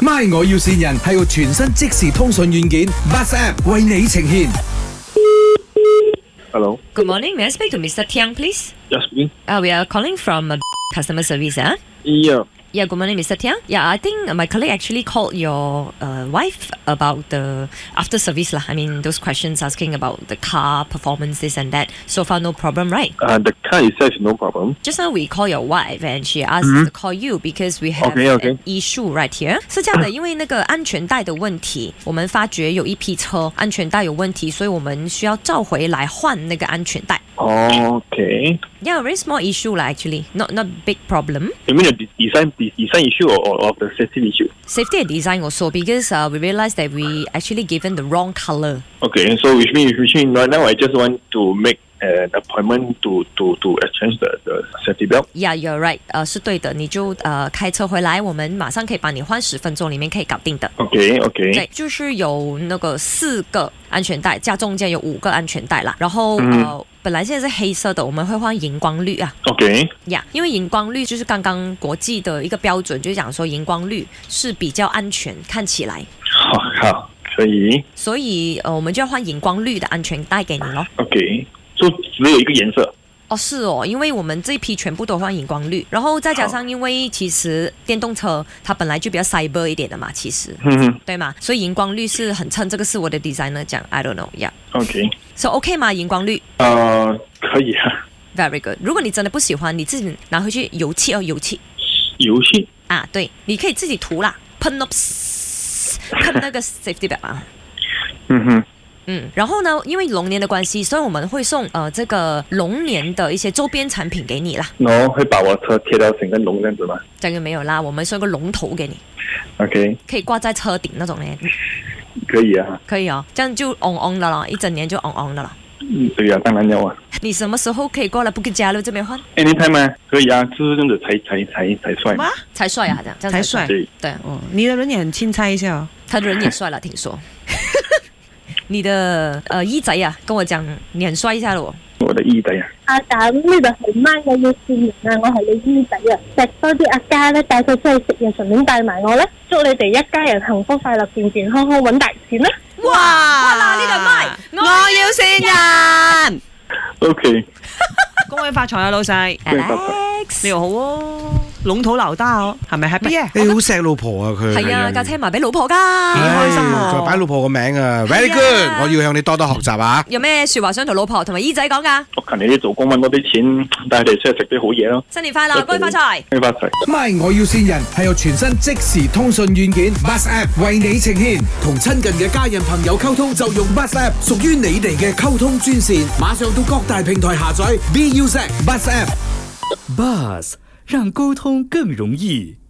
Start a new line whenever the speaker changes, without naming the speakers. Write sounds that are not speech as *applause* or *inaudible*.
My 我要線人係個全新即時通訊軟件 Bus App 為你呈現。
Hello.
Good morning. May I speak to Mr. Tiang, please?
Yes, please.
Uh, we are calling from uh, *laughs* customer service. ah.
Yeah.
Yeah, good morning, Mr. Tiang. Yeah, I think uh, my colleague actually called your uh, wife about the after service. lah. I mean, those questions asking about the car performance, this and that. So far, no problem, right?
Uh, the car itself is no problem.
Just now we call your wife and she asked to call you because we have
Mm-hmm. Okay, okay.
an issue right here. 是这样的，因为那个安全带的问题，我们发觉有一批车安全带有问题，所以我们需要召回来换那个安全
Mm.
带。
Okay.
Yeah, very small issue lah. Actually, not not big problem.
You mean a de- design de- design issue or, or of the safety issue?
Safety and design also because uh, we realized that we actually given the wrong color.
Okay. So which means which mean right now I just want to make an appointment to to to exchange the, the safety belt.
Yeah, you're right. 呃，是对的，你就呃开车回来，我们马上可以帮你换，十分钟里面可以搞定的。
Okay. Okay.
对，就是有那个四个安全带，加中间有五个安全带啦。然后、
嗯
呃，本来现在是黑色的，我们会换荧光绿啊，
Okay.
呀、因为荧光绿就是刚刚国际的一个标准，就是讲说荧光绿是比较安全，看起来，
好，好，可以。
所以呃，我们就要换荧光绿的安全带给你咯。
*laughs* Okay. So 只有一个颜色。
哦，是哦，因为我们这一批全部都换荧光绿，然后再加上因为其实电动车它本来就比较 cyber 一点的嘛，其实
Mm-hmm.
对嘛，所以荧光绿是很衬这个是我的 designer 讲，I don't know，yeah，
Okay.
so OK 吗？荧光绿
Uh, 可以啊。 *laughs*
，very good。如果你真的不喜欢，你自己拿回去油漆哦，油漆
游戏。
啊，对，你可以自己涂啦，喷哦，噗喷那个 safety belt 啊。
Mm-hmm.
嗯，然后呢，因为龙年的关系，所以我们会送呃这个龙年的一些周边产品给你啦。
然后会把我车贴到整个笼这样子吗
这个没有啦，我们送一个龙头给你。
？Okay.
可以挂在车顶那种嘞，
可以啊。嗯，对啊，当然要啊。
可以哦，这样就昂昂的了，一整年就昂昂的了。
嗯啊
你什么时候可以过来布吉加勒这边换？
anytime 啊，可以啊，就是这样子才才才才帅嘛。
才帅啊，这样这样
才帅
对，
对，
哦，你的人也很钦差一下哦。
他人也帅了，听说。你的呃一仔呀、跟我讲你很帅一下了哦。
我的意弟啊，
阿蛋呢度係咪我要善人啊！我係你姨仔啊！食多啲阿家咧，帶佢出去食嘢，順便帶埋我咧。祝你哋一家人幸福快樂、健健康康、揾大錢啦！
哇！哇啦，呢個麥，我要善人，
，OK，
恭喜發財啊，老細，
對拜拜
Alex，
你又好哦，籠土留家哦，係咪 happy 啊？
你好錫老婆啊佢。
系啊，架車賣俾老婆
唉
噶。
開心喎
仲哎擺老婆個名啊，very
啊係啊
good，我要向你多多學習啊。
有咩说話想同老婆同埋姨仔講噶？
我勤力啲做工搵多啲錢，帶佢哋出去食啲好嘢咯，
新年快樂，恭喜發財！
咩發財？
My 我要線人係由全新即時通訊軟件 Bus App 為你呈現，同親近嘅家人朋友溝通就用 Bus App，屬於你哋嘅溝通專線。馬上到各大平台下載 BUZ Bus App。
Buzz 让沟通更容易。